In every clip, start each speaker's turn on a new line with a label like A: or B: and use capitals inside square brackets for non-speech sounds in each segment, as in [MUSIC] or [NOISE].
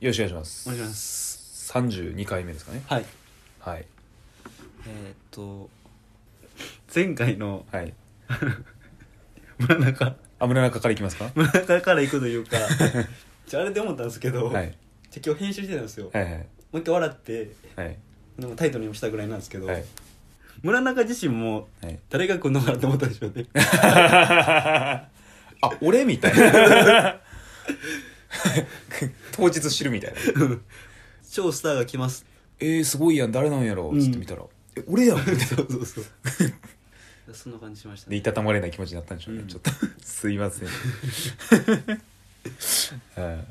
A: よろしくお願いします
B: お願いします
A: 32回目ですかね
B: はい
A: はい
B: えーっと前回の
A: はい
B: 村中
A: あ胸中からいきますか
B: 村中から行くと
A: [LAUGHS]
B: いうかじゃああれで思ったんですけど、
A: はいはい
B: じゃあ今日編集してたんですよ、
A: はい
B: もう一回笑って
A: はい
B: でもタイトルにもしたぐらいなんですけど、
A: はい
B: 村中自身も
A: はい
B: 誰が来んのかなと思ったんでしょ
A: [LAUGHS]
B: うね
A: あ俺みたいな [LAUGHS] 当日知るみたいな
B: 超スターが
A: [LAUGHS]
B: 来ます
A: えー、すごいやん誰なんやろ
B: うん
A: つって見たら、え俺やんみたいな
B: そうそうそうそんな感じしました
A: で
B: ね
A: いたたまれない気持ちになったんでしょうね、
B: うん
A: ちょっと [LAUGHS] すいませんはい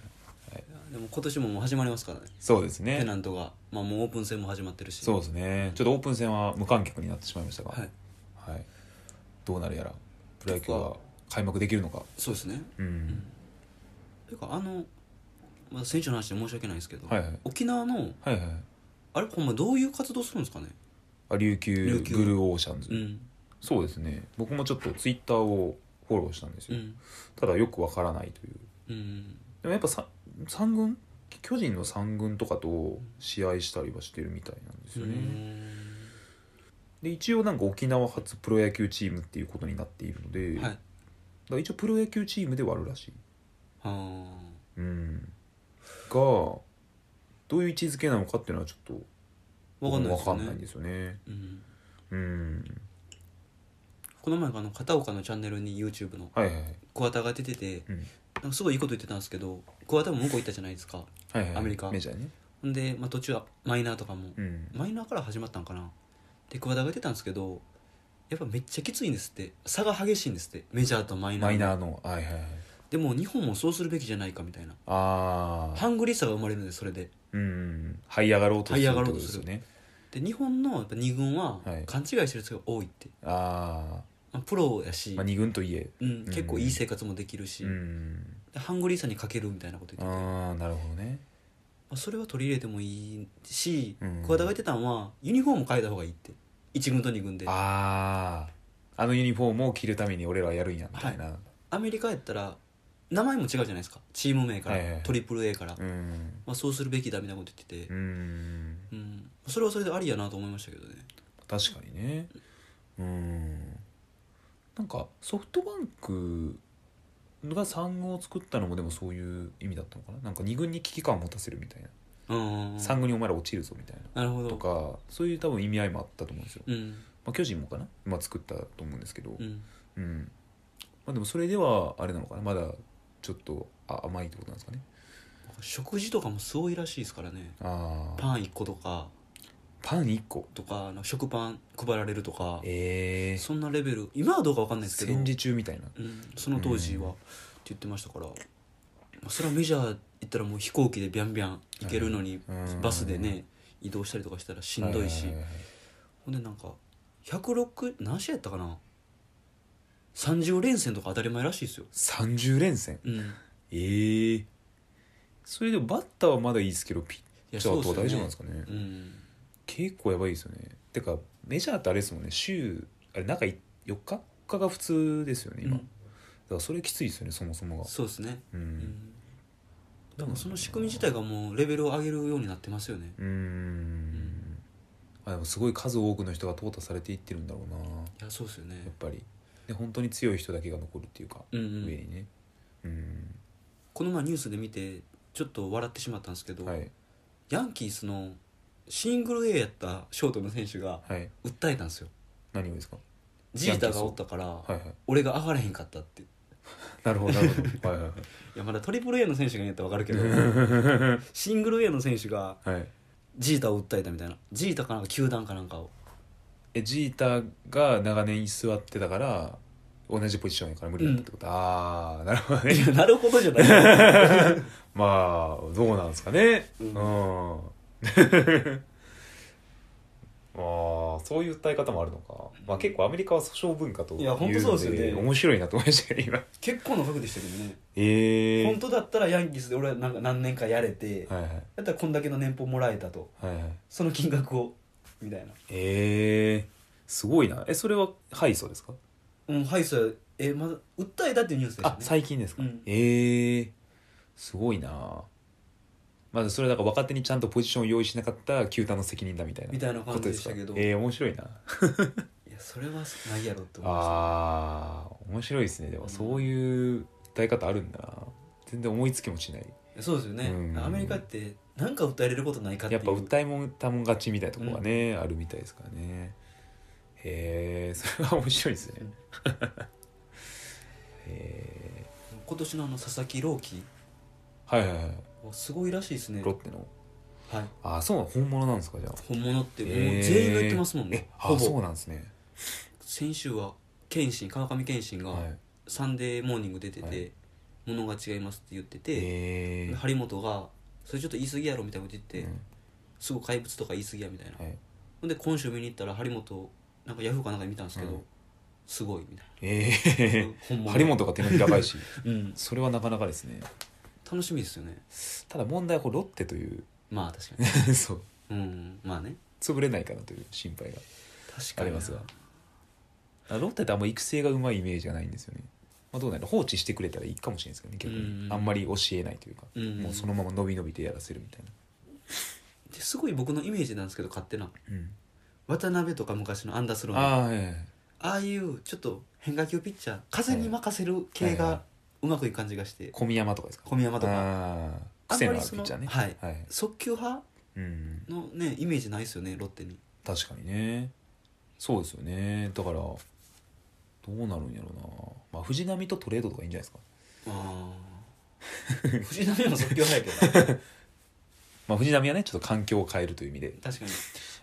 B: でも今年ももう始まりますからね
A: そうです
B: ペ
A: ね
B: ナントが、まあ、もうオープン戦も始まってるし
A: そうですねちょっとオープン戦は無観客になってしまいましたが、
B: はい、
A: はい、どうなるやらプロ野球は開幕できるのか、
B: そうですね
A: うん、
B: ていうかあの、まあ、選手の話で申し訳ないですけど、
A: はいはい
B: 沖縄の
A: はいはい
B: あれほんまどういう活動するんですかね
A: あ琉球
B: 琉球
A: ブルーオーシャンズ、
B: うん
A: そうですね僕もちょっとツイッターをフォローしたんです
B: う
A: よ、
B: ん
A: ただよくわからないという
B: うん
A: でもやっぱさ三軍巨人の三軍とかと試合したりはしてるみたいなんですよね、で一応なんか沖縄発プロ野球チームっていうことになっているので、
B: はい
A: だから一応プロ野球チームではあるらしい
B: あ
A: う
B: ー
A: んがどういう位置づけなのかっていうのはちょっと
B: わかんないです
A: わか
B: よ
A: んないん
B: ね
A: ですよね
B: うん
A: うん
B: この前あの片岡のチャンネルに YouTube の
A: はいはいはい
B: 桑田が出てて、
A: うん
B: なんかすごいいいこと言ってたんですけど桑田も向こう行ったじゃないですか
A: はいはい
B: アメリカ
A: メジャーね
B: ほんで、まあ、途中はマイナーとかも、
A: うん
B: マイナーから始まったんかなで桑田が言ってたんですけどやっぱめっちゃきついんですって差が激しいんですってメジャーとマイナ
A: マ
B: ーの
A: イナーのはいはいはい
B: でも日本もそうするべきじゃないかみたいな
A: ああ
B: ハングリーさが生まれるんでそれで
A: うん這い上がろうとするってことですよね
B: で日本のやっぱ2軍は
A: はい
B: 勘違いしてる人が多いって、
A: あ
B: まあ、プロや
A: あ
B: し、
A: まあ二軍といえ
B: うん、結構いい生活もできるし、
A: うん
B: でハングリーさにかけるみたいなこと言っててま
A: ああなるほどね
B: あ、それは取り入れてもいいし
A: うん
B: 桑田が言ってたのはユニフォーム変えた方がいいって1軍と2軍で
A: あああのユニフォームを着るために俺らはやるんやみたいな
B: アメリカやったら名前も違うじゃないですかチーム名から、
A: はいはいはい
B: トリプル a から、
A: うん
B: まあ、そうするべきだみたいなこと言って
A: う
B: て、
A: ん
B: うん、それはそれでありやなと思いましたけどね
A: 確かにねうんなんかソフトバンクが3軍を作ったのもでもそういう意味だったのかななんか2軍に危機感を持たせるみたいな、
B: うん
A: 3軍にお前ら落ちるぞみたい
B: なるほ
A: なと
B: ど
A: かそういう多分意味合いもあったと思うんですよ、
B: うん
A: まあ、巨人もかな、まあ、作ったと思うんですけど
B: うん
A: うん、まあ、でもそれではあれなのかなまだちょっとあ甘いってことなんですかね
B: 食事とかもすごいらしいですからね
A: ああ
B: パン1個とか
A: パン1個
B: とかあの食パン配られるとか
A: ええ
B: そんなレベル今はどうかわかんないですけど、
A: 戦時中みたいな
B: うん、その当時は、
A: うん
B: って言ってましたから、まあ、それはメジャー行ったらもう飛行機でビャンビャン行けるのに、
A: うん
B: バスでね移動したりとかしたらしんどいし、
A: ははは
B: ほんでなんか106何試合やったかな30連戦とか当たり前らしいですよ、
A: 30連戦
B: うん、い
A: ええそれでもバッターはまだいいですけどピッ
B: や
A: チャーと
B: そう
A: は
B: で
A: 大
B: す
A: 丈夫
B: よ
A: なんで
B: ね
A: すかね
B: うん、
A: 結構やばいですよねてかメジャーってあれですもんね週あれ中4日4日が普通ですよね今、だ
B: うん
A: からそれきついですよねそもそもが
B: そうですね、
A: う
B: うんん、でもその仕組み自体がもうレベルを上げるようになってますよね
A: うーんあでもすごい数多くの人が淘汰されていってるんだろうない
B: やそうですよね
A: やっぱりで本当に強い人だけが残るっていうか、
B: うんう
A: 上
B: ん
A: にねうん
B: この前ニュースで見てちょっと笑ってしまったんですけど、
A: はい
B: ヤンキースのシングル A やったショートの選手が
A: はい
B: 訴えたんですよ
A: 何をですか
B: ジーターがおったから、
A: はいはい
B: 俺が上がれへんかったってい
A: [LAUGHS] なるほどなるほど [LAUGHS] はいはい
B: やまだトリプル A の選手がいんやったら分かるけど
A: [LAUGHS]
B: シングル A の選手が
A: はいはい
B: ジーターを訴えたみたいなジーターかなんか球団かなんかを
A: えジーターが長年居座ってたから同じポジションやから無理だったってこと、ああなるほど
B: い
A: ね
B: やなるほどじゃない
A: [LAUGHS] まあどうなんです [LAUGHS] かねう、
B: うんん
A: ああそういう訴え方もあるのか、まあ、結構アメリカは訴訟文化と
B: いや本当そうですよね
A: いうの面白いなと思いましたけ
B: [LAUGHS]
A: ど今
B: 結構な額でしたけどね、
A: ええ
B: 本当だったらヤンキースで俺はなんか何年かやれて、
A: はいはい
B: だったらこんだけの年俸もらえたと
A: はいはい
B: その金額をみたいな
A: ええすごいなえそれは敗訴ですか
B: うんはいそうえまだ訴えたっていうニュースでした
A: あ
B: ね
A: 最近ですか、
B: うん
A: ええすごいなままずそれはなんか若手にちゃんとポジションを用意しなかった球団の責任だみたいな
B: みたいな
A: こ
B: 感
A: と
B: じ
A: で
B: ですし
A: か
B: たけど、
A: えー、面白いない
B: やそれはないやろって思いま
A: あー面白いですねで
B: う
A: も
B: ん
A: そういう歌い方あるんだな全然思いつきもしない
B: したそうですよね、
A: うん
B: アメリカってなんか歌えれることないかってい
A: や
B: う
A: っぱ歌いもん歌もん勝ちみたいなとこがね、あるみたいですからねへえそれは面白いですね、
B: うん
A: [LAUGHS] へ
B: 今年のあの佐々木朗希
A: ーはいはいはい
B: はすごいらしいですね
A: ロッテの
B: はい
A: あそうなん本物なんですかじゃあ
B: 本物ってもう
A: へー
B: 全員が言ってますもんね
A: え、
B: ほ
A: あそう
B: ぼ
A: なんですね
B: 先週は謙信川上謙信が
A: はい
B: 「サンデーモーニング」出てて「
A: はい
B: ものが違います」って言ってて、
A: へー
B: 張本が「それちょっと言い過ぎやろ」みたいなこと言って、
A: うん
B: すごい怪物とか言い過ぎやみたいな、
A: はい
B: ほんで今週見に行ったら張本なんかヤフーかなんかで見たんですけど、
A: うん
B: すごいみたい
A: え
B: な [LAUGHS]
A: ー
B: 本物
A: 張本が手のひら返し
B: うん
A: それはなかなかですね
B: 楽しみですよね
A: ただ問題はこうロッテという
B: まあ確か
A: [LAUGHS]
B: に
A: そう
B: うんまあね
A: 潰れないかなという心配が
B: 確
A: ありますがあロッテってあんま育成がうまいイメージがないんですよね、まあ、どうなる放置してくれたらいいかもしれないですけどね逆
B: うんう
A: に
B: ん
A: あんまり教えないというか、
B: うん
A: もうそのまま伸び伸びでやらせるみたいな、
B: ですごい僕のイメージなんですけど勝手な
A: うん
B: 渡辺とか昔のアンダースローの
A: ああはいはいはい
B: ああいうちょっと変化球ピッチャー風に任せる系
A: はいは
B: がうまくいく感じがして
A: 小宮山とかですか
B: 小宮山とか
A: ああ癖のある
B: あんまりそ
A: ピッ
B: の
A: チャーね
B: はい
A: はい
B: 速球派
A: うん、
B: のねイメージないですよねロッテに
A: 確かにねそうですよねだからどうなるんやろうな、まあ、藤浪とトレードとかいいんじゃないですか、
B: ああ [LAUGHS] 藤浪も速球派やけどな
A: まあ、藤浪はねちょっと環境を変えるという意味で
B: 確かに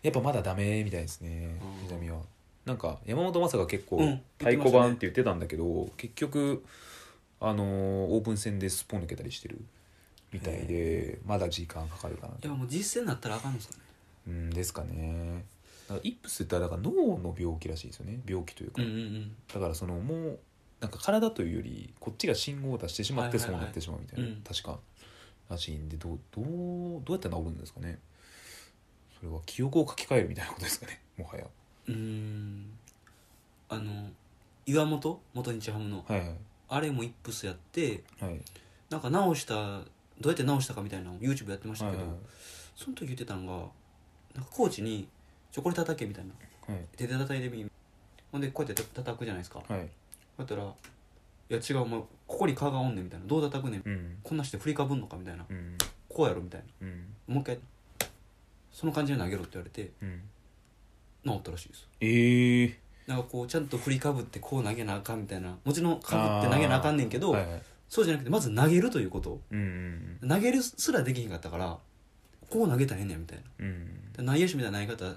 A: やっぱまだダメみたいですね
B: うん
A: 藤浪はなんか山本昌が結構
B: うん
A: 太
B: 言ってましたね
A: 鼓判って言ってたんだけど、結局あのーオープン戦ですっぽん抜けたりしてるみたいでまだ時間かかるかな
B: やもう実戦になったらあかんのですかね
A: うんですかねだからイップスってだから脳の病気らしいですよね病気というか、
B: うんうんうん
A: だからそのもうなんか体というよりこっちが信号を出してしまって
B: はい
A: そ
B: は
A: う
B: いはい
A: なってしまうみたいな、
B: うん
A: 確からしいんでどうどうどうやって治るんですかねそれは記憶を書き換えるみたいなことですかねもはや
B: うーんあの岩本元日ハムの
A: はいはい
B: あれもイップスやって
A: はい
B: なんか直したどうやって直したかみたいなのを YouTube やってました
A: はい
B: けど、その時言ってたんがなんかコーチに「ちょこれ叩け」みたいな「手で叩いてみ」ほんでこうやって叩くじゃないですかこ
A: はいはい、
B: うやったら「いや違うお前ここに蚊がおんねん」みたいな「どう叩くねん」
A: うん
B: こんなして振りかぶんのかみたいな
A: うん
B: 「こうやろ」みたいな
A: うん
B: 「もう一回その感じで投げろ」って言われて
A: うん
B: 治ったらしいです
A: ええ
B: なんかこうちゃんと振りかぶってこう投げなあかんみたいなもちろんかぶって投げなあかんねんけど、
A: はいはい
B: そうじゃなくてまず投げるということ
A: うんうん
B: 投げるすらできひんかったからこう投げたらええねんみたいな
A: うんうん
B: で内野手みたいな投げ方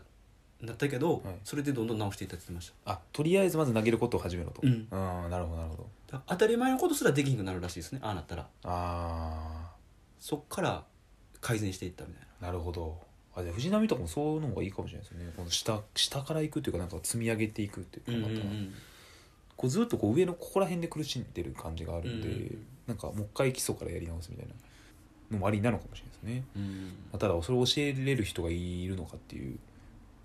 B: だったけど、
A: はい
B: それでどんどん直していったって言ってまし
A: あとりあえずまず投げることを始めろと、
B: うん
A: あーなるほどなるほど
B: ただ当たり前のことすらできなくなるらしいですねああなったら
A: あ
B: そっから改善していったみたいな
A: あなるほどあじゃあ藤浪とかもそういうのがいいかもしれないですねこの下下から行くというかなんか積み上げていくっていうか、またこうずっとこう上のここら辺で苦しんでる感じがあるんで、
B: うんうんうん
A: なんかもう一回基礎からやり直すみたいなのもありなのかもしれないですね
B: うん
A: まあただそれを教えれる人がいるのかっていう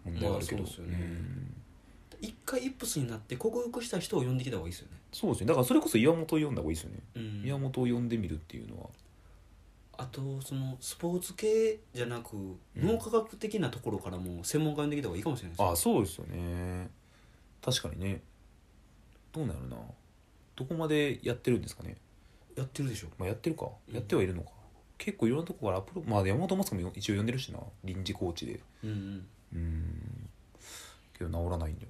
A: 問題はあるけど、
B: まあそうですよね
A: ん
B: 一回イップスになって克服した人を呼んできた方がいいですよね、
A: そうですねだからそれこそ岩本を読んだ方がいいですよね、
B: うん
A: 岩本を読んでみるっていうのは
B: あとそのスポーツ系じゃなく脳科学的なところからも専門家呼んできた方がいいかもしれないですね
A: あそうですよね確かにねどうなるなどこまでやってるんですかね、
B: やってるでしょ
A: まあ、やってるか
B: うん
A: やってはいるのか、結構いろんなとこからアプロまあ山本マスクも一応呼んでるしな臨時コーチで
B: うんうん
A: うんけど治らないんだよ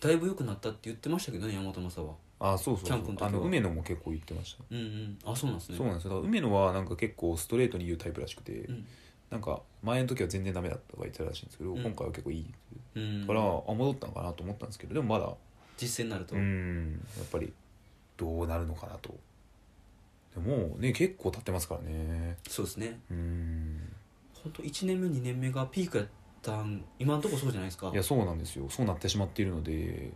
B: だいぶ良くなったって言ってましたけどね山本昌は
A: なあそうそう
B: キ
A: そ
B: ャンプの
A: う
B: 時は
A: あの梅野も結構言ってました、
B: うんうんあそうなんですね
A: そうなんですよだから梅野はなんか結構ストレートに言うタイプらしくて、
B: うん
A: なんか前の時は全然ダメだったとか言ってたらしいんですけど、
B: うん
A: 今回は結構いい
B: うん
A: だから、あ戻ったのかなと思ったんですけどでもまだ
B: 実践になると、
A: うんやっぱりどうなるのかなとでもね結構経ってますからね
B: そうですね
A: うん
B: 本当1年目2年目がピークやったん今のとこそうじゃないですか
A: いやそうなんですよそうなってしまっているのでい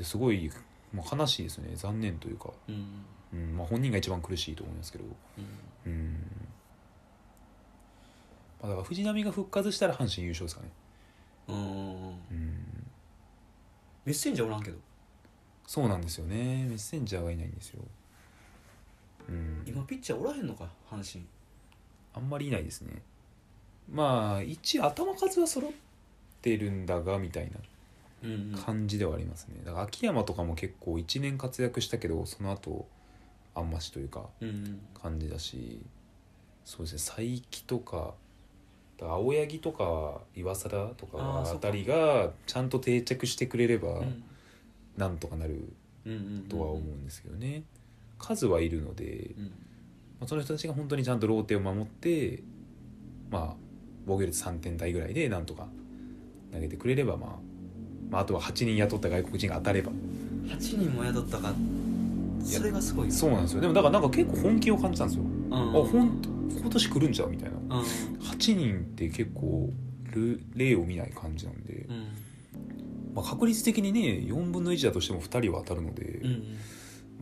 A: やすごい、まあ、悲しいですね残念というか、
B: うん、
A: うんまあ、本人が一番苦しいと思いますけど
B: うん、
A: うん、まあ、だから藤浪が復活したら阪神優勝ですかね
B: うん
A: うん
B: メッセンジャーおらんけど
A: そうなんですよねメッセンジャーがいないんですようん
B: 今ピッチャーおらへんのか阪神
A: あんまりいないですねまあ一応頭数は揃ってるんだがみたい
B: うんうん
A: な感じではありますねだから秋山とかも結構1年活躍したけどその後あんましというか
B: うんうん
A: 感じだしそうですね佐伯とかだから青柳とか岩貞と
B: あー
A: か
B: そ
A: あ
B: っか
A: たりがちゃんと定着してくれれば
B: うん
A: なんとかなる
B: うんうん
A: とは思うんですけどね数はいるので、
B: うん
A: まあ、その人たちが本当にちゃんとローテを守ってまあ防御率3点台ぐらいでなんとか投げてくれればまあ、まあ、あとは8人雇った外国人が当たれば
B: 8人も宿ったかそれがすごいよ
A: そうなんですよでもだからなんか結構本気を感じたんですよ
B: うん
A: あほん今年来るんじゃんみたいな
B: うん
A: 8人って結構ル例を見ない感じなんで
B: う、ん
A: まあ、確率的にね4分の1だとしても2人は当たるので、
B: うん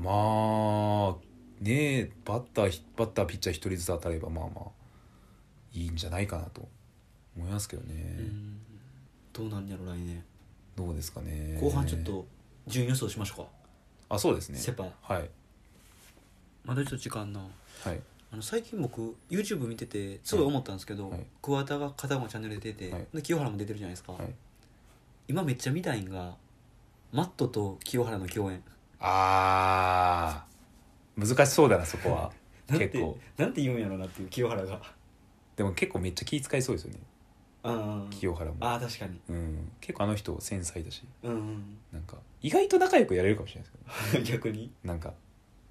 A: まあねえバッターバッターピッチャー1人ずつ当たればまあまあいいんじゃないかなと思いますけどね、
B: うんどうなんやろ来年
A: どうですかね
B: 後半ちょっと順予想しましょうか
A: あそうですね
B: セ・パ
A: はい
B: まだちょっと時間な
A: はい
B: あの最近僕 YouTube 見ててすごい思ったんですけど、
A: はい
B: 桑田が片方チャンネルで出てて、
A: はい
B: で清原も出てるじゃないですか、
A: はい
B: 今めっちゃ見たいんがマットと清原の共演
A: あー難しそうだなそこ
B: [LAUGHS]
A: は
B: なんて
A: 結構
B: なんて言うんやろなっていう清原が
A: でも結構めっちゃ気遣いそうですよね
B: うん
A: 清原も
B: ああ確かに
A: うん、結構あの人繊細だし
B: うん
A: なんか意外と仲良くやれるかもしれないですけどね [LAUGHS]
B: うん逆に
A: なんか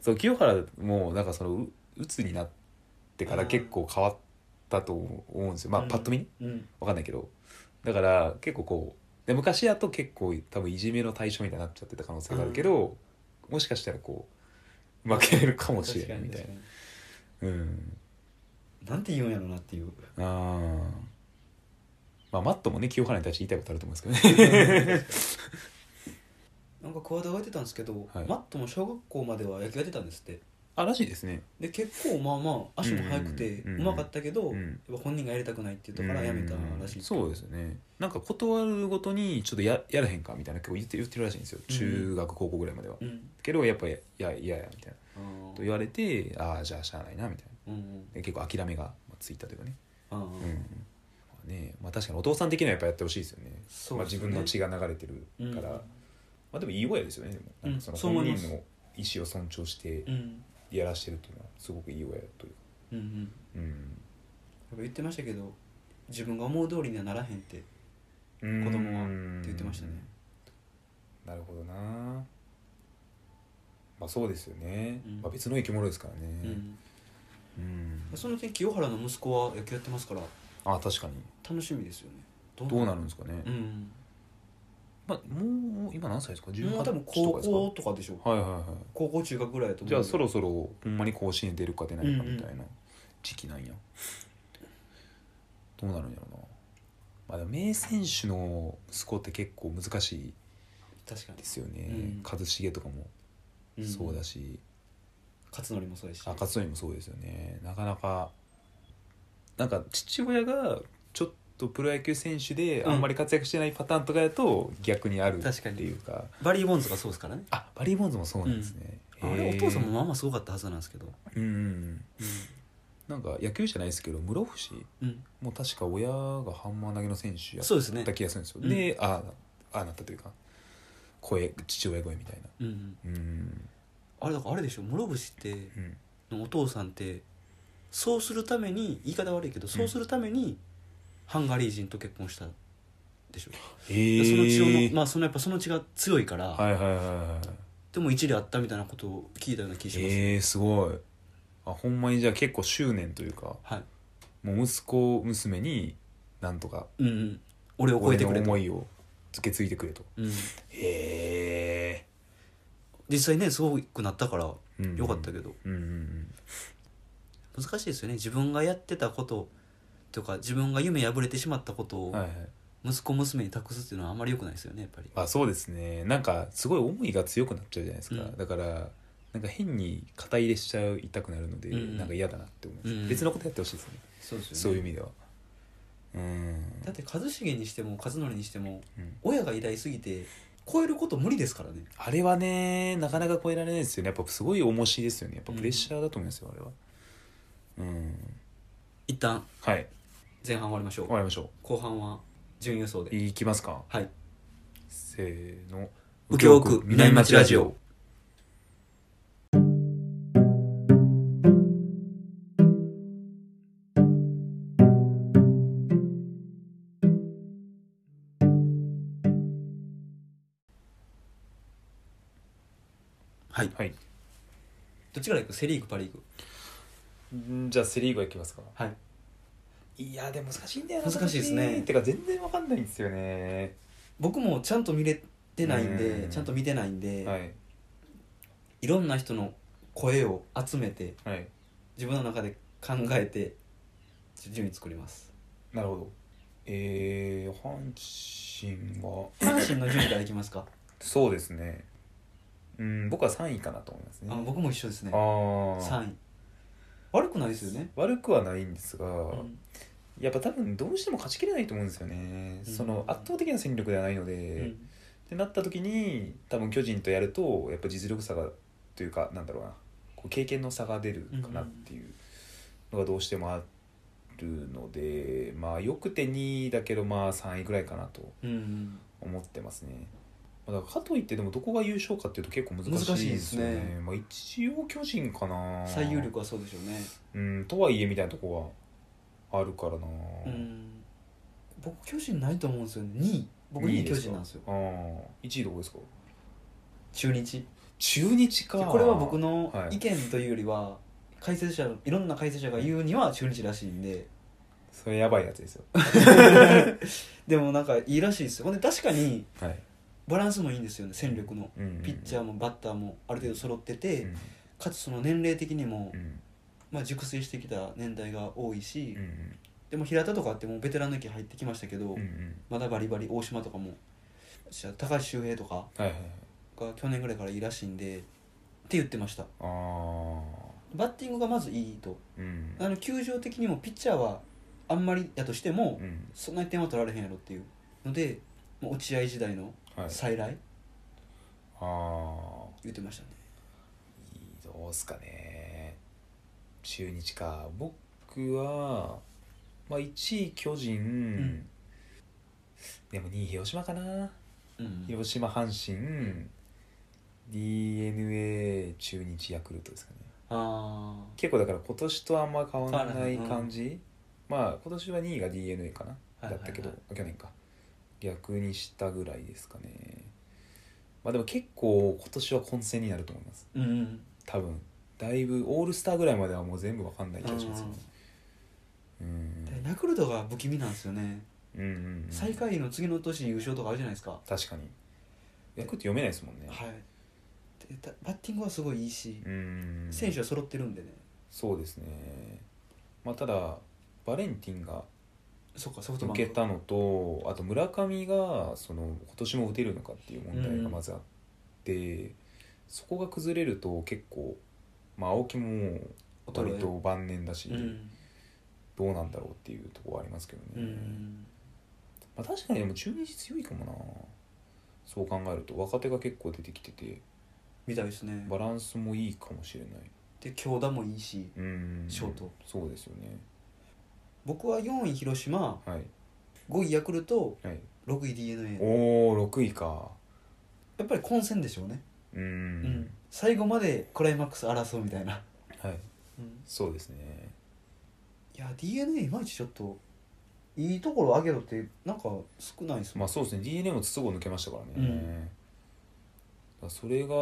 A: そう清原もなんかそのう鬱になってから結構変わったと思うんですよまあ
B: うん
A: パッと見ね
B: うん
A: わかんないけどだから結構こうで昔だと結構多分いじめの対象みたいになっちゃってた可能性があるけど、もしかしたらこううまくやれるかもしれないみたい
B: 確かに
A: なうん
B: 確かになんて言うんやろなっていう
A: あーまあマットもね清原に対して言いたいことあると思うんですけどね
B: [LAUGHS] なんか桑田が言ってたんですけど、
A: はい
B: マットも小学校までは野球やってたんですって
A: あらしいですね
B: で結構まあまあ足も速くて
A: うん
B: うまかったけど、
A: うん
B: やっぱ本人がやりたくないって言ったからやめたらしい
A: そうですよねなんか断るごとにちょっとややらへんかみたいな結構言って言ってるらしいんですよ
B: うん
A: 中学高校ぐらいまでは、
B: うん
A: けどやっぱいやいやいやみたいな
B: あ
A: と
B: ー
A: 言われてああじゃあしゃあないなみたいな
B: うんうん
A: で結構諦めがまあついたというかね
B: あー
A: うん、まあ、ねまあ確かにお父さん的にはやっぱやってほしいですよね
B: そう
A: まあ、
B: です
A: 自
B: ね
A: 分の血が流れてるから、
B: うん
A: まあでもいい親ですよねでもなんかその
B: うんそう思
A: 本
B: います
A: 人の意思を尊重して
B: うん
A: やらしてるっていうのはすごくいい親というか
B: うんうん
A: うん、
B: やっぱ言ってましたけど自分が思う通りにはならへんって
A: うん、
B: 子供はって言ってましたね
A: なるほどなまあそうですよね、
B: うん
A: まあ、別の生き物ですからね
B: うん、
A: うん
B: その点清原の息子は野球やってますから
A: あ確かに
B: 楽しみですよねど
A: どうなるんですかね、
B: うん
A: まあ、もう今何歳ですか
B: も
A: 18
B: う多分
A: と
B: 高
A: かですか
B: 校とかでしょう
A: はいはいはい
B: 高校中学ぐらいだと思う
A: じゃあそろそろほんまに甲子園出るか出ないかみた
B: う
A: いな時期なんや、どうなるんやろうなまあでも名選手の息子って結構難しい
B: 確か
A: ですよね、
B: うん
A: 一茂とかも
B: に
A: そうだ
B: し
A: し、
B: 勝則もそうだし
A: 赤楚にもそうですよねなかなかなんか父親がちょっとプロ野球選手で
B: うん
A: あんまり活躍してないパターンとかだと逆にある
B: 確かに
A: っていうか
B: バリー・ボンズがそうですからね
A: あバリー・ボンズもそうなんですね、
B: あ
A: へ
B: れ
A: ー
B: お父さんもまあまあすごかったはずなんですけど
A: うんうんうん
B: う
A: なんか野球じゃないですけど室伏
B: ん、うん、
A: もう確か親がハンマー投げの選手や
B: そうですね
A: った気がするんですよ。
B: うん
A: で、あああなったというか声父親声みたいな。
B: うんうん、
A: うん
B: あれだからあれでしょ諸星って
A: うん
B: のお父さんってそうするために言い方悪いけどそうするためにハンガリー人と結婚したでしょ、
A: え
B: その血を
A: ー、
B: まあそのやっぱその血が強いから、
A: はいはいはいは
B: でも一理あったみたいなことを聞いたような気
A: い
B: がします、
A: えー、すごいあほんまにじゃあ結構執念というか
B: はい
A: もう息子娘になんとか
B: うんうん俺を超え
A: 俺
B: て
A: の
B: くれと、
A: 思いを受け継いでくれと
B: うん、
A: へ
B: 実際ねすごくなったからよ
A: えー、
B: かったけど、
A: うんうんうん
B: 難しいですよね自分がやってたこととか自分が夢破れてしまったこと
A: う
B: を
A: んはいはい
B: 息子娘に託すっていうのはあんまり良くないですよねやっぱり
A: まあそうですねなんかすごい思いが強くなっちゃうじゃないですか、
B: うん
A: だからなんか変に肩入れしちゃう痛くなるので、
B: うんうん
A: なんか嫌だなって思います、
B: うんうん
A: 別のことやってほしいですね、
B: そうですよね
A: そういう意味ではうん
B: だって一茂にしても和則にしても
A: うん
B: 親が偉大すぎて超えること無理ですからね
A: あれはねなかなか超えられないですよねやっぱすごい重しいですよねやっぱプレッシャーだと思いますよ、あれはうん
B: 一旦
A: はい
B: 前半終わりましょ
A: 終
B: う
A: わりましょ
B: 後半は準予想
A: う
B: で
A: いきますか
B: はい
A: せーの
B: 右京区南町ラジオはい
A: はい
B: どっちから行くセ・リーグパ・リーグ
A: んじゃあセ・リーグはいきますか
B: はい
A: いやでも難しいんだよ
B: な難しいですね
A: てか全然わかんないんですよね
B: 僕もちゃんと見れてないんで
A: うん
B: ちゃんと見てないんで、、
A: はいい
B: ろんな人の声を集めて
A: はい
B: 自分の中で考えてちょ順位作ります
A: なるほどえー、阪神は
B: 阪神の順位からいきますか、
A: そうですねうん僕は3位かなと思いますね
B: あ僕も一緒ですね
A: ああ
B: 3位悪くないですよね、
A: 悪くはないんですが、
B: うん
A: やっぱ多分どうしても勝ちきれないと思うんですよね、
B: うん
A: その圧倒的な戦力ではないので、
B: うん
A: ってなった時に多分巨人とやるとやっぱ実力差がというかなんだろうなこう経験の差が出るかなっていうのがどうしてもあるので、まあよくて2位だけどまあ3位ぐらいかなと
B: うん
A: 思ってますね。まあだからかといってでもどこが優勝かっていうと結構難
B: 難
A: し
B: し
A: い
B: いで
A: ですす
B: ね
A: よね。まあ一応巨人かな。
B: 最有力はそうでしょうね
A: うんとはいえみたいなとこはあるからな。
B: うん僕巨人ないと思うんですよね2位僕2
A: 二
B: 位
A: 位
B: 巨
A: ですか
B: 人なんですよ
A: ああ一位どこですか。
B: 中日
A: 中日か。
B: これは僕の
A: はい
B: 意見というよりは、解説者いろんな解説者が言うには中日らしいんで
A: それやばいやつですよ。
B: でもなんかいいらしいですよほんで確かに
A: はい。
B: バランスもいいんですよね戦力のピッチャー
A: も。
B: もバッターもある程度揃ってて、
A: うん
B: かつその年齢的にも、
A: うん
B: まあ、熟成してきた年代が多いし、
A: うん
B: でも平田とかってもうベテランの域入ってきましたけど、
A: うんうん
B: まだバリバリ大島とかもじゃあ高橋周平とか
A: はいはいはい
B: が去年ぐらいからいいらしいんでって言ってました
A: ああ
B: バッティングがまずいいと
A: うん
B: あの球場的にもピッチャーはあんまりやとしても、
A: うん
B: そんなに点は取られへんやろっていうのでもう落合時代の
A: はい
B: 再来、
A: ああ
B: 言ってましたね
A: どうすかね中日か僕はまあ1位巨人、
B: ん
A: でも2位広島かな
B: うん
A: 広島阪神 d n a 中日ヤクルトですかね
B: あ
A: 結構だから今年とあんま変わら
B: 変わら
A: な
B: ない
A: い
B: うん
A: 感じ、まあ今年は2位が d n a かな、
B: はいはいはい
A: だったけどあ去年か逆にしたぐらいですかねまあでも結構今年は混戦になると思います
B: ーうん
A: 多分だいぶオールスターぐらいまではもう全部わかんない気がしますよねうん
B: ヤクルトが不気味なんですよね、
A: うんうんうん
B: 最下位の次の年優勝とかあるじゃないですか、
A: 確かにヤクルト読めないですもんね
B: はいでたバッティングはすごいいいし、
A: うん
B: 選手は揃ってるんでね
A: そうですねまあただバレンティンが
B: そっかソフトバ
A: 受
B: ンク
A: けたのとあと村上がその今年も打てるのかっていう問題がまずあって、そこが崩れると結構、まあ、青木ももう割と晩年だし、
B: うん、
A: どうなんだろうっていうところはありますけどね、
B: うん、
A: まあ、確かにでも中日強いかもなそう考えると若手が結構出てきてて
B: みたいですね
A: バランスもいいかもしれない
B: で強打もいいし
A: うん
B: ショート
A: そうですよね
B: 僕は4位広島
A: はい
B: 5位ヤクルト
A: はい
B: 6位 d n a
A: おお6位か
B: やっぱり混戦でしょうね、
A: うん、
B: うん最後までクライマックス争うみたいな、
A: はい
B: うん、
A: そうですね
B: いや d n a いまいちちょっといいところ上げろってなんか少ないですもん
A: まあそうですね d n a も筒香抜けましたからね、
B: うん
A: だからそれが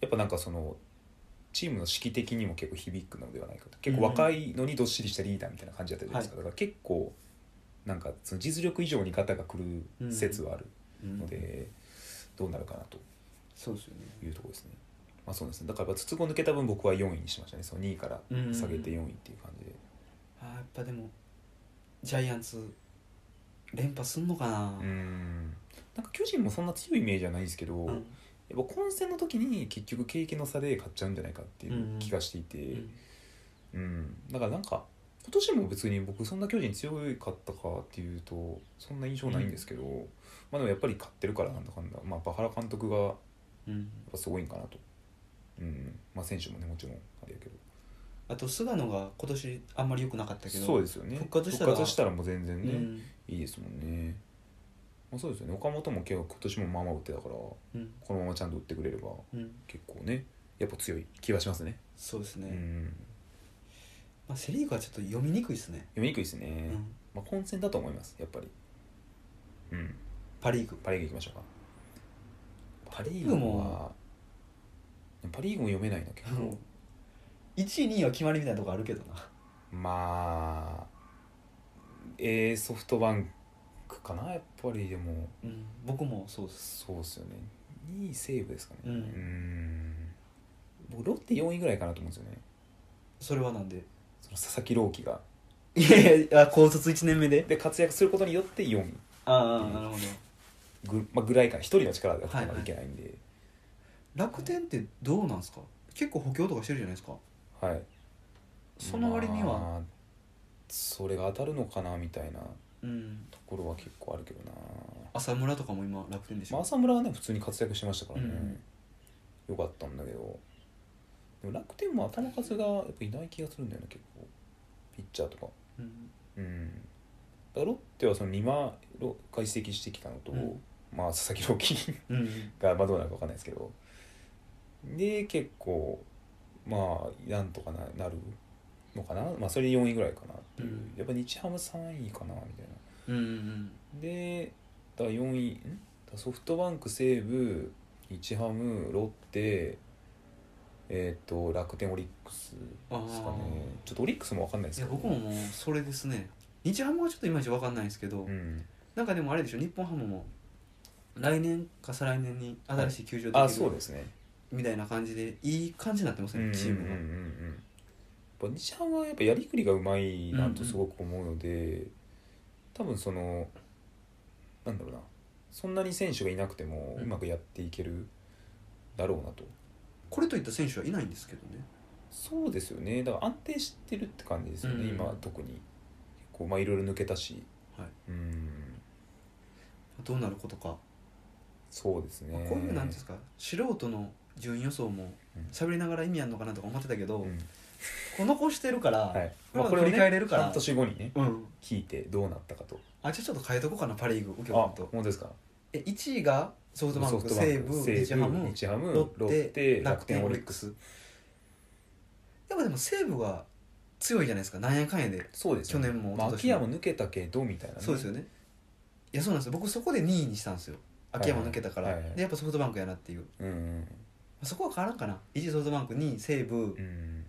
A: やっぱなんかそのチームの指揮的にも結構響くのではないかと結構若いのにどっしりしたリーダーみたいな感じだったじゃないですか、だから結構なんかその実力以上に肩がくる説はある
B: うん
A: ので、どうなるかなと
B: そうですよね
A: いうところですね。まあそうですね、だからやっぱ筒香抜けた分僕は4位にしましたねその2位から下げて4位っていう感じで、
B: あーやっぱでもジャイアンツ連覇すんのかな
A: うーんなんか巨人もそんな強いイメージはないんですけど、
B: うん
A: やっぱ混戦の時に結局経験の差で勝っちゃうんじゃないかっていう気がしていて、
B: う
A: うん
B: ん
A: だからなんか今年も別に僕そんな巨人強かったかっていうとそんな印象ないんですけど、まあでもやっぱり勝ってるからなんだかんだ、まあ、バハラ監督がやっ
B: うん
A: ぱすごいんかなと、うんまあ、選手もねもちろんあれやけど
B: あと菅野が今年あんまり良くなかったけど
A: そうですよね
B: 復活したら
A: 復活したらもう全然
B: う
A: ね、
B: ん
A: いいですもんね、まあ、そうですよね岡本も今日今年もまあまあ打ってたからこ
B: うん
A: のままちゃんと打ってくれれば
B: うん
A: 結構ねやっぱ強い気はしますね
B: そうです
A: う
B: ね、
A: ん
B: まあ、セ・リーグはちょっと読みにくいですね、
A: 読みにくいですね、
B: うん
A: まあ、混戦だと思いますやっぱりうん
B: パ・リーグ
A: パ・リーグいきましょうか
B: パリーグも
A: パリーグはパ・リーグも読めないな結構、
B: 1位2位は決まりみたいなとこあるけどな
A: まあえー、ソフトバンクかなやっぱりでも
B: うん僕もそうです
A: そうっすよね2位西武ですかね
B: うん
A: ん僕ロッテ4位ぐらいかなと思うんですよね
B: それはなんで
A: その佐々木朗希が
B: いやいやあ高卒1年目で
A: で活躍することによって4位
B: ああなるほど
A: ぐ,、まあ、ぐらいかな1人の力では
B: はいはい
A: いけないんで、
B: 楽天ってどうなんですか結構補強とかしてるじゃないですか
A: はい
B: その割には、
A: まあそれが当たるのかなみたいな
B: うん
A: ところは結構あるけどな、
B: 浅村とかも今楽天でしょ、
A: まあ、浅村はね普通に活躍してましたからね、
B: うん
A: よかったんだけどでも楽天も頭数がやっぱいない気がするんだよね結構ピッチャーとか
B: うん
A: うんだからロッテはその2万解析してきたのと、
B: うん
A: まあ佐々木朗希
B: うん
A: がまあどうなるか分かんないですけどで結構まあなんとかななるのかなまあそれで4位ぐらいかなっていう、
B: うん
A: やっぱ日ハム3位かなみたいな
B: うんうん
A: でだから4位んだソフトバンク西武日ハムロッテえっ、と楽天オリックス
B: あ
A: ですかね
B: あ
A: ちょっとオリックスも分かんないで
B: い
A: す
B: や
A: けど
B: 僕ももうそれですね日ハムはちょっといまいちわかんないんですけど、
A: うん、
B: なんかでもあれでしょ日本ハムも来年か再来年に新しい球場
A: あ
B: でき
A: そう
B: る
A: ですね
B: みたいな感じでいい感じになってますね、チームが
A: うんうんうんうんやっぱ西浜はやっぱやりくりがうまいな
B: うんう
A: と
B: ん
A: すごく思うので、多分そのなんだろうなそんなに選手がいなくても
B: うん
A: うまくやっていけるだろうなと、
B: これといった選手はいないんですけどね
A: そうですよねだから安定してるって感じですよね、
B: うんうん
A: 今は特に結構まあいろいろ抜けたし、
B: はい
A: うん
B: どうなることか、
A: そうですね、
B: まあこういうなんていうんですか素人の順位予想も
A: うん
B: 喋りながら意味あるのかなとか思ってたけど、
A: うん
B: この子してるから、
A: はい
B: まあ
A: まあこれをね
B: 振り返れるから
A: 半年後にね
B: うん
A: 聞いてどうなったかと
B: あじゃあちょっと変えとこうかなパ・リーグ右京
A: あ
B: 君と
A: 本当ですか
B: え1位がソフトバンク西武日ハム
A: 日ハム
B: ロ
A: ロ
B: ッ
A: ッ
B: テ
A: テ
B: 楽
A: 楽
B: 天
A: 天
B: オ
A: オ
B: リ
A: リ
B: ッ
A: ッ
B: ク
A: ク
B: ス
A: ス
B: やっぱでも西武が強いじゃないですかなんやかんやで
A: そうですよ
B: 去年も
A: まあ、
B: 一昨
A: 秋
B: 年も
A: 山抜けたけどみたいなね、
B: そうですよねいやそうなんですよ僕そこで2位にしたんですよ秋山抜けたから、
A: はいはいはい
B: でやっぱソフトバンクやなっていう、ま
A: うん
B: あそこは変わらんかな1位ソフトバンク2位西武
A: うん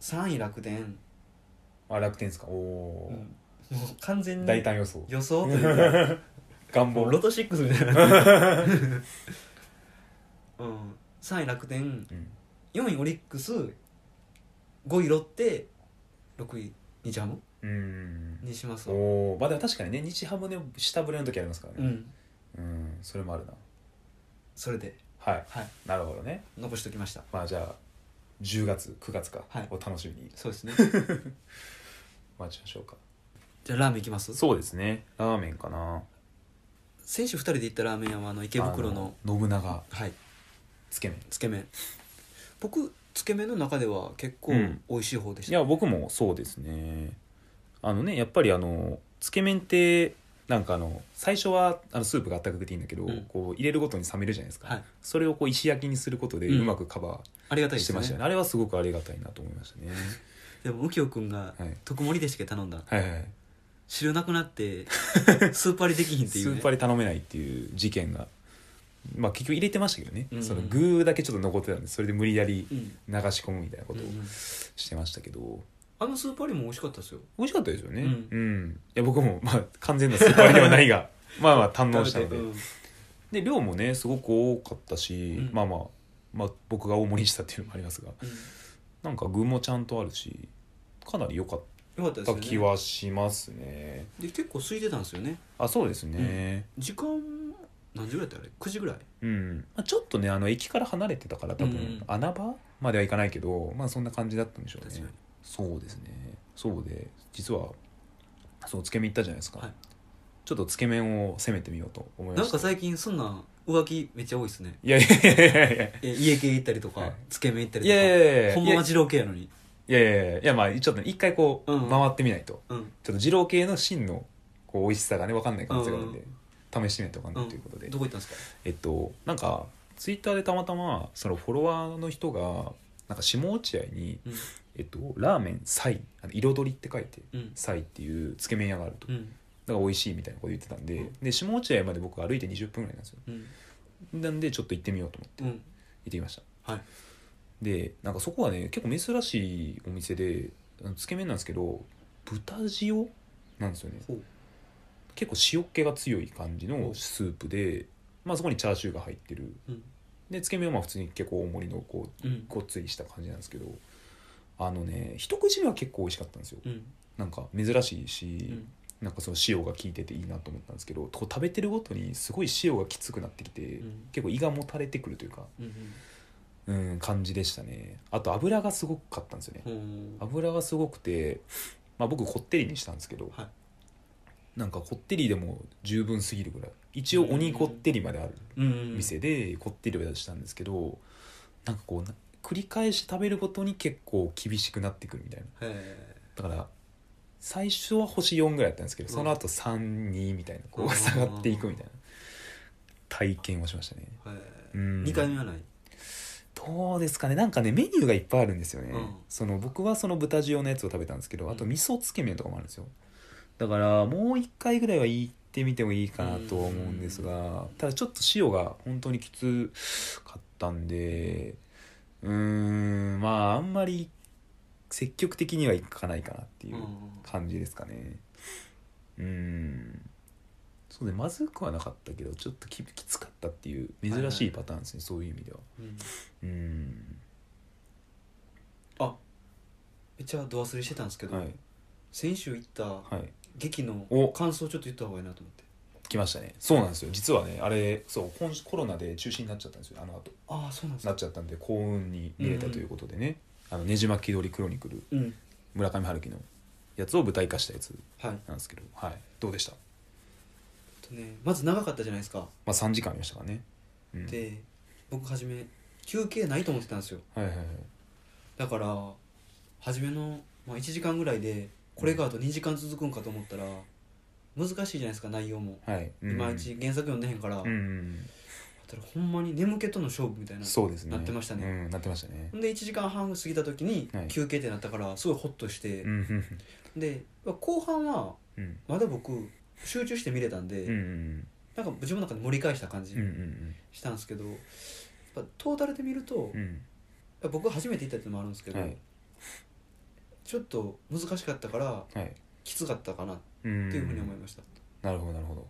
B: 3位楽天、
A: あ楽天ですかおお
B: うん、もう完全
A: ー、
B: に
A: 大胆予想
B: 予想というか
A: 願
B: も
A: 望
B: うロト6みたいな
A: [LAUGHS]
B: 感じ、うん、3位楽天
A: うん
B: 4位オリックス5位ロッテ6位日ハム
A: うん
B: にしますわ
A: おおまあでも確かにね日ハムね下振れの時ありますから
B: う
A: ね
B: ん
A: うん、それもあるな
B: それで
A: はい、
B: はい
A: なるほどね
B: 残しておきました
A: まあじゃあ10月9月か、
B: はい
A: を楽しみに
B: そ
A: [LAUGHS]
B: うですね
A: 待ちましょうか
B: じゃあラーメンいきます
A: そうですねラーメンかな
B: 先週2人で行ったラーメン屋はあの池袋の
A: あの信長
B: はい
A: つけ麺
B: つけ麺僕つけ麺の中では結構
A: うん
B: 美味しい方でし
A: い
B: た、
A: や僕もそうですねあのねやっぱりあのつけ麺ってなんかあの最初はあのスープがあったかくていいんだけど、
B: うん
A: こう入れるごとに冷めるじゃないですか、
B: はい
A: それをこう石焼きにすることで
B: うん
A: うまくカバ
B: ありがた
A: ー
B: いで
A: して
B: すね
A: ましたよね,、あれはすごくありがたいなと思いましたね
B: でも右京君が
A: はい
B: 特盛りでしか頼んだ
A: はいはい
B: 汁なくなって
A: [LAUGHS]
B: スーパーにできひんってい
A: ス
B: う、ね、
A: ーパーで頼めないっていう事件がまあ結局入れてましたけどね、
B: うんうん
A: その具だけちょっと残ってたんでそれで無理やり
B: うん
A: 流し込むみたいなことを
B: うんうん
A: してましたけど、
B: あのスーパーにも美味しかったですよ
A: 美味しかったですよね
B: うん
A: うん、いや僕もまあ完全なスーパーではない
B: [LAUGHS]
A: がまあまあ堪能したので、
B: 食べて
A: で量もねすごく多かったし、
B: うん
A: まあまあまあ僕が大盛りにしたっていうのもありますが
B: うん
A: なんか具もちゃんとあるしかなり良かっ
B: うんよかったたです
A: 気
B: よね
A: はしますね
B: で結構空いてたんですよね
A: あそうですね
B: 時間何時ぐらいだったあれ9時ぐらい
A: うん、まあ、ちょっとねあの駅から離れてたから多分、
B: うん
A: 穴場まではいかないけどまあそんな感じだったんでしょう
B: 確か
A: ね
B: に
A: そうですねそうで実はそうつけ麺行ったじゃないですか、
B: はい
A: ちょっとつけ麺を攻めてみようと思いま
B: なん
A: した
B: か最近そんなん浮気めっちゃ多
A: [LAUGHS]
B: いですね
A: いやいやいやいやいや
B: え家系行ったりとか、
A: はい
B: つけ麺行ったり
A: い
B: とか
A: やいやいやいや
B: ほんまは二郎系やのに
A: いやいやいやいやまあちょっとね一回こう
B: うん
A: 回ってみないと、
B: うん
A: ちょっと二郎系の真のこう美味しさがね分かんない可能性があるんで、
B: う
A: 試してみないと分かんないということで、
B: どこ行ったんです
A: えっとなんかツイッターでたまたまそのフォロワーの人がなんか下落合に、
B: うん
A: えっと、ラーメン「サイ」あの彩りって書いて
B: う
A: 「
B: ん
A: サイ」っていうつけ麺屋があると
B: かうん
A: だから美味しいみたいなこと言ってたんで、
B: うん
A: で下落合まで僕歩いて20分ぐらいなんですよ
B: うん
A: なんでちょっと行ってみようと思って
B: うん
A: 行ってきました
B: はい
A: でなんかそこはね結構珍しいお店であのつけ麺なんですけど豚塩なんですよね
B: ほう
A: 結構塩っ気が強い感じのスープで、まあ、そこにチャーシューが入ってる
B: うん
A: でつけ麺はまあ普通に結構大盛りのこう
B: うん
A: ごっつりした感じなんですけどあのね一口目は結構美味しかったんですよ
B: うん
A: なんか珍しいし、
B: うん
A: なんかその塩が効いてていいなと思ったんですけどこう食べてるごとにすごい塩がきつくなってきて、
B: うん
A: 結構胃がもたれてくるというか、
B: うん
A: うん、感じでしたねあと油がすごかったんですよね
B: うん
A: 油がすごくて、まあ、僕こってりにしたんですけど、
B: は
A: なんかこってりでも十分すぎるぐらい一応鬼こってりまである
B: うん
A: 店でこってりを出したんですけど、なんかこうな繰り返し食べるごとに結構厳しくなってくるみたいな
B: へえ
A: だから最初は星4ぐらいだったんですけど
B: うん
A: その後三32みたいなこ
B: うん
A: う下がっていくみたいな体験をしましたね
B: へ
A: う
B: え
A: ん
B: 二回目はない
A: どうですかねなんかねメニューがいっぱいあるんですよね、
B: うん
A: その僕はその豚塩のやつを食べたんですけどあと味噌つけ麺とかもあるんですよだからもう一回ぐらいは行ってみてもいいかなとは思うんですがただちょっと塩が本当にきつかったんでうーんまああんまり積極的にはいかないかなっていう
B: うん
A: 感じですかねうんそうねまずくはなかったけどちょっとききつかったっていう珍しいパターンですね、そういう意味では
B: うん
A: うん
B: あめっちゃド忘れしてたんですけど
A: はい
B: 先週行った
A: はい
B: 劇の
A: お
B: 感想ちょっと言った方がいいなと思って
A: 来ましたねそうなんですよ実はねあれそう今コロナで中止になっちゃったんですよあの後
B: ああそうなんです
A: な
B: か
A: っちゃったんで幸運に見れたということでね、あのねじ巻き鳥クロニクル
B: うん
A: 村上春樹のやつを舞台化したやつ
B: はいえっ
A: なんですけどはいどうでした
B: とねまず長かったじゃないですか
A: まあ3時間ありましたからね、うん、
B: で僕初め休憩ないと思ってたんですよ
A: はいはいはい
B: だから初めの、まあ、1時間ぐらいでこれがあと2時間続くんかと思ったら難しいじゃないですか内容も、
A: はい
B: いまいち原作読んでへんから、
A: うん、うん
B: だからほんまに眠気との勝負みたいな
A: そうですね
B: なってましたね
A: うん、なってましたね
B: ほんで1時間半過ぎた時に
A: はい
B: 休憩ってなったからすごいホッとして
A: う、んうん
B: で後半は
A: うん
B: まだ僕集中して見れたんで、
A: うんうん
B: なんか自分の中で盛り返した感じ
A: うんうん
B: したんですけど、やっぱトータルで見ると、
A: うんうん
B: 僕初めて行ったってのもあるんですけど、
A: はい
B: ちょっと難しかったから
A: はい
B: きつかったかなっ
A: うん
B: ていうふうに思いました、
A: なるほどなるほど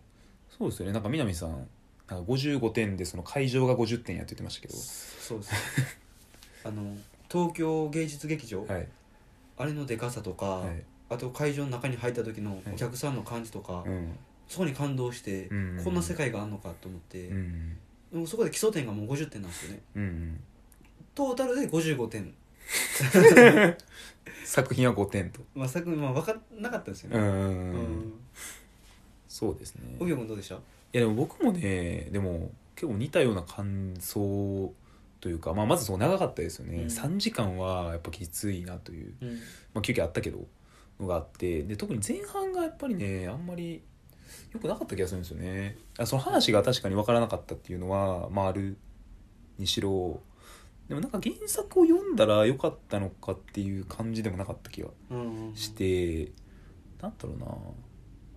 A: そうですよねなんか南さんなんか55点でその会場が50点やって言ってましたけど
B: そうです [LAUGHS] あの東京芸術劇場、
A: はい
B: あれのでかさとか、
A: はい
B: あと会場の中に入った時の
A: はい
B: お客さんの感じとか、
A: うん
B: そこに感動して、
A: うん
B: こんな世界があるのかと思って、
A: うんうん
B: でもそこで基礎点がもう50点なんですよね
A: うんうん
B: トータルで55点、
A: [LAUGHS] 作品は5点と
B: まあ、作品は分かんなかったですよ
A: う
B: ね
A: ん
B: う
A: そうですね
B: 荻野君どうでした
A: いやでも僕もねでも結構似たような感想というか、まあ、まずそう長かったですよね、
B: うん
A: 3時間はやっぱきついなという
B: うん
A: まあ、休憩あったけどのがあってで特に前半がやっぱりねあんまりよくなかった気がするんですよねあその話が確かに分からなかったっていうのは、まあ、あるにしろでもなんか原作を読んだら良かったのかっていう感じでもなかった気が
B: うん
A: してなんだろうな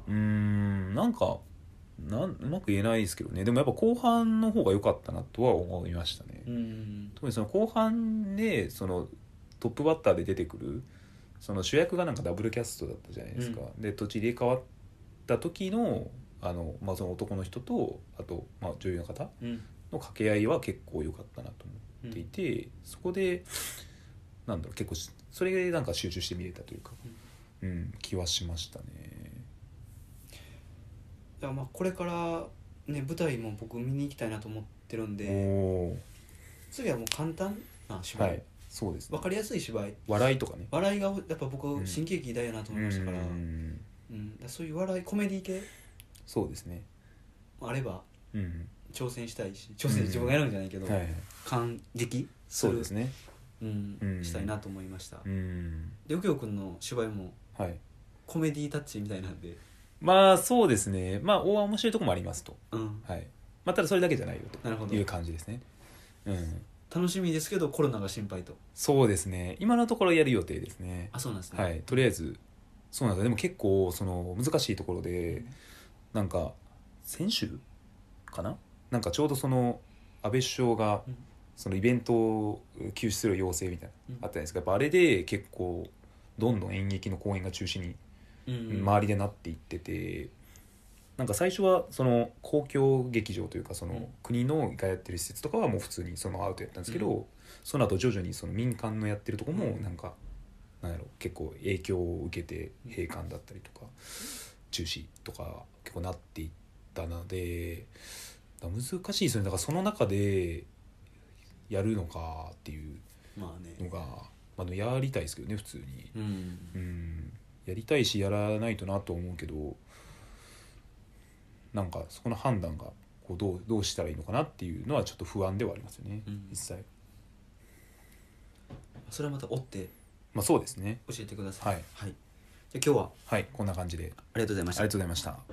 A: うーんなんかなんうまく言えないですけどねでもやっぱ後半の方が良かったなとは思いましたね。
B: うん
A: 特にその後半でそのトップバッターで出てくるその主役がなんかダブルキャストだったじゃないですか、で土地入れ替わった時のあの、まあ、その男の人とあと、まあ、女優の方
B: うん
A: の掛け合いは結構良かったなと思っていて、そこでなんだろう結構しそれでなんか集中して見れたというか、うん気はしましたね。
B: いやまあこれからね舞台も僕見に行きたいなと思ってるん
A: お
B: で
A: お
B: 次はもう簡単な
A: ー
B: 芝
A: は
B: 居、
A: いそうですね
B: 分かりやすい芝居
A: 笑いとかね。
B: 笑いがやっぱ僕
A: ん
B: 新喜劇だよなと思いましたから,、う
A: うんん
B: だからそういう笑いコメディ系
A: そうですね。
B: もあれば
A: うん、
B: 挑戦したいし挑戦自分がやるんじゃないけど、
A: はいはい、
B: 感激す
A: そ
B: る
A: うですね。
B: うん
A: うん
B: したいなと思いました、
A: うん
B: で右京君の芝居も
A: はい
B: コメディタッチみたいなんで、
A: まあそうですねまあ大は面白いとこもありますと
B: うん、
A: はいまあただそれだけじゃないよ
B: なるほ
A: と
B: ど
A: いう感じですねうん
B: 楽しみですけどコロナが心配と
A: そうですね今のところやる予定ですね
B: あそうなんですね、
A: はいとりあえずそうなんですよでも結構その難しいところでなんか先週かななんかちょうどその安倍首相が
B: うん
A: そのイベントを休止する要請みたいな
B: うん
A: あったじゃないですかやっぱあれで結構どんどん演劇の公演が中止に
B: うん
A: 周りでなっていってて、なんか最初はその公共劇場というかそ
B: うん
A: の国のがやってる施設とかはもう普通にそのアウトやったんですけど、
B: う
A: その後徐々にその民間のやってるとこも
B: うん
A: なんか、なんやろ結構影響を受けて閉館だったりとか中止とか結構なっていったのでだから難しいですよねだからその中でやるのかっていう
B: まあね
A: のが、まあ、でもやりたいですけどね普通に。
B: うん
A: うんやりたいしやらないとなと思うけどなんかそこの判断がこうどうどうしたらいいのかなっていうのはちょっと不安ではありますよね、
B: うん
A: 実際
B: それはまた追って
A: まあそうですね
B: 教えてください
A: はい
B: はい、じゃあ今日は
A: はいこんな感じで
B: ありがとうござい
A: あ
B: まし
A: り
B: た
A: がとうございました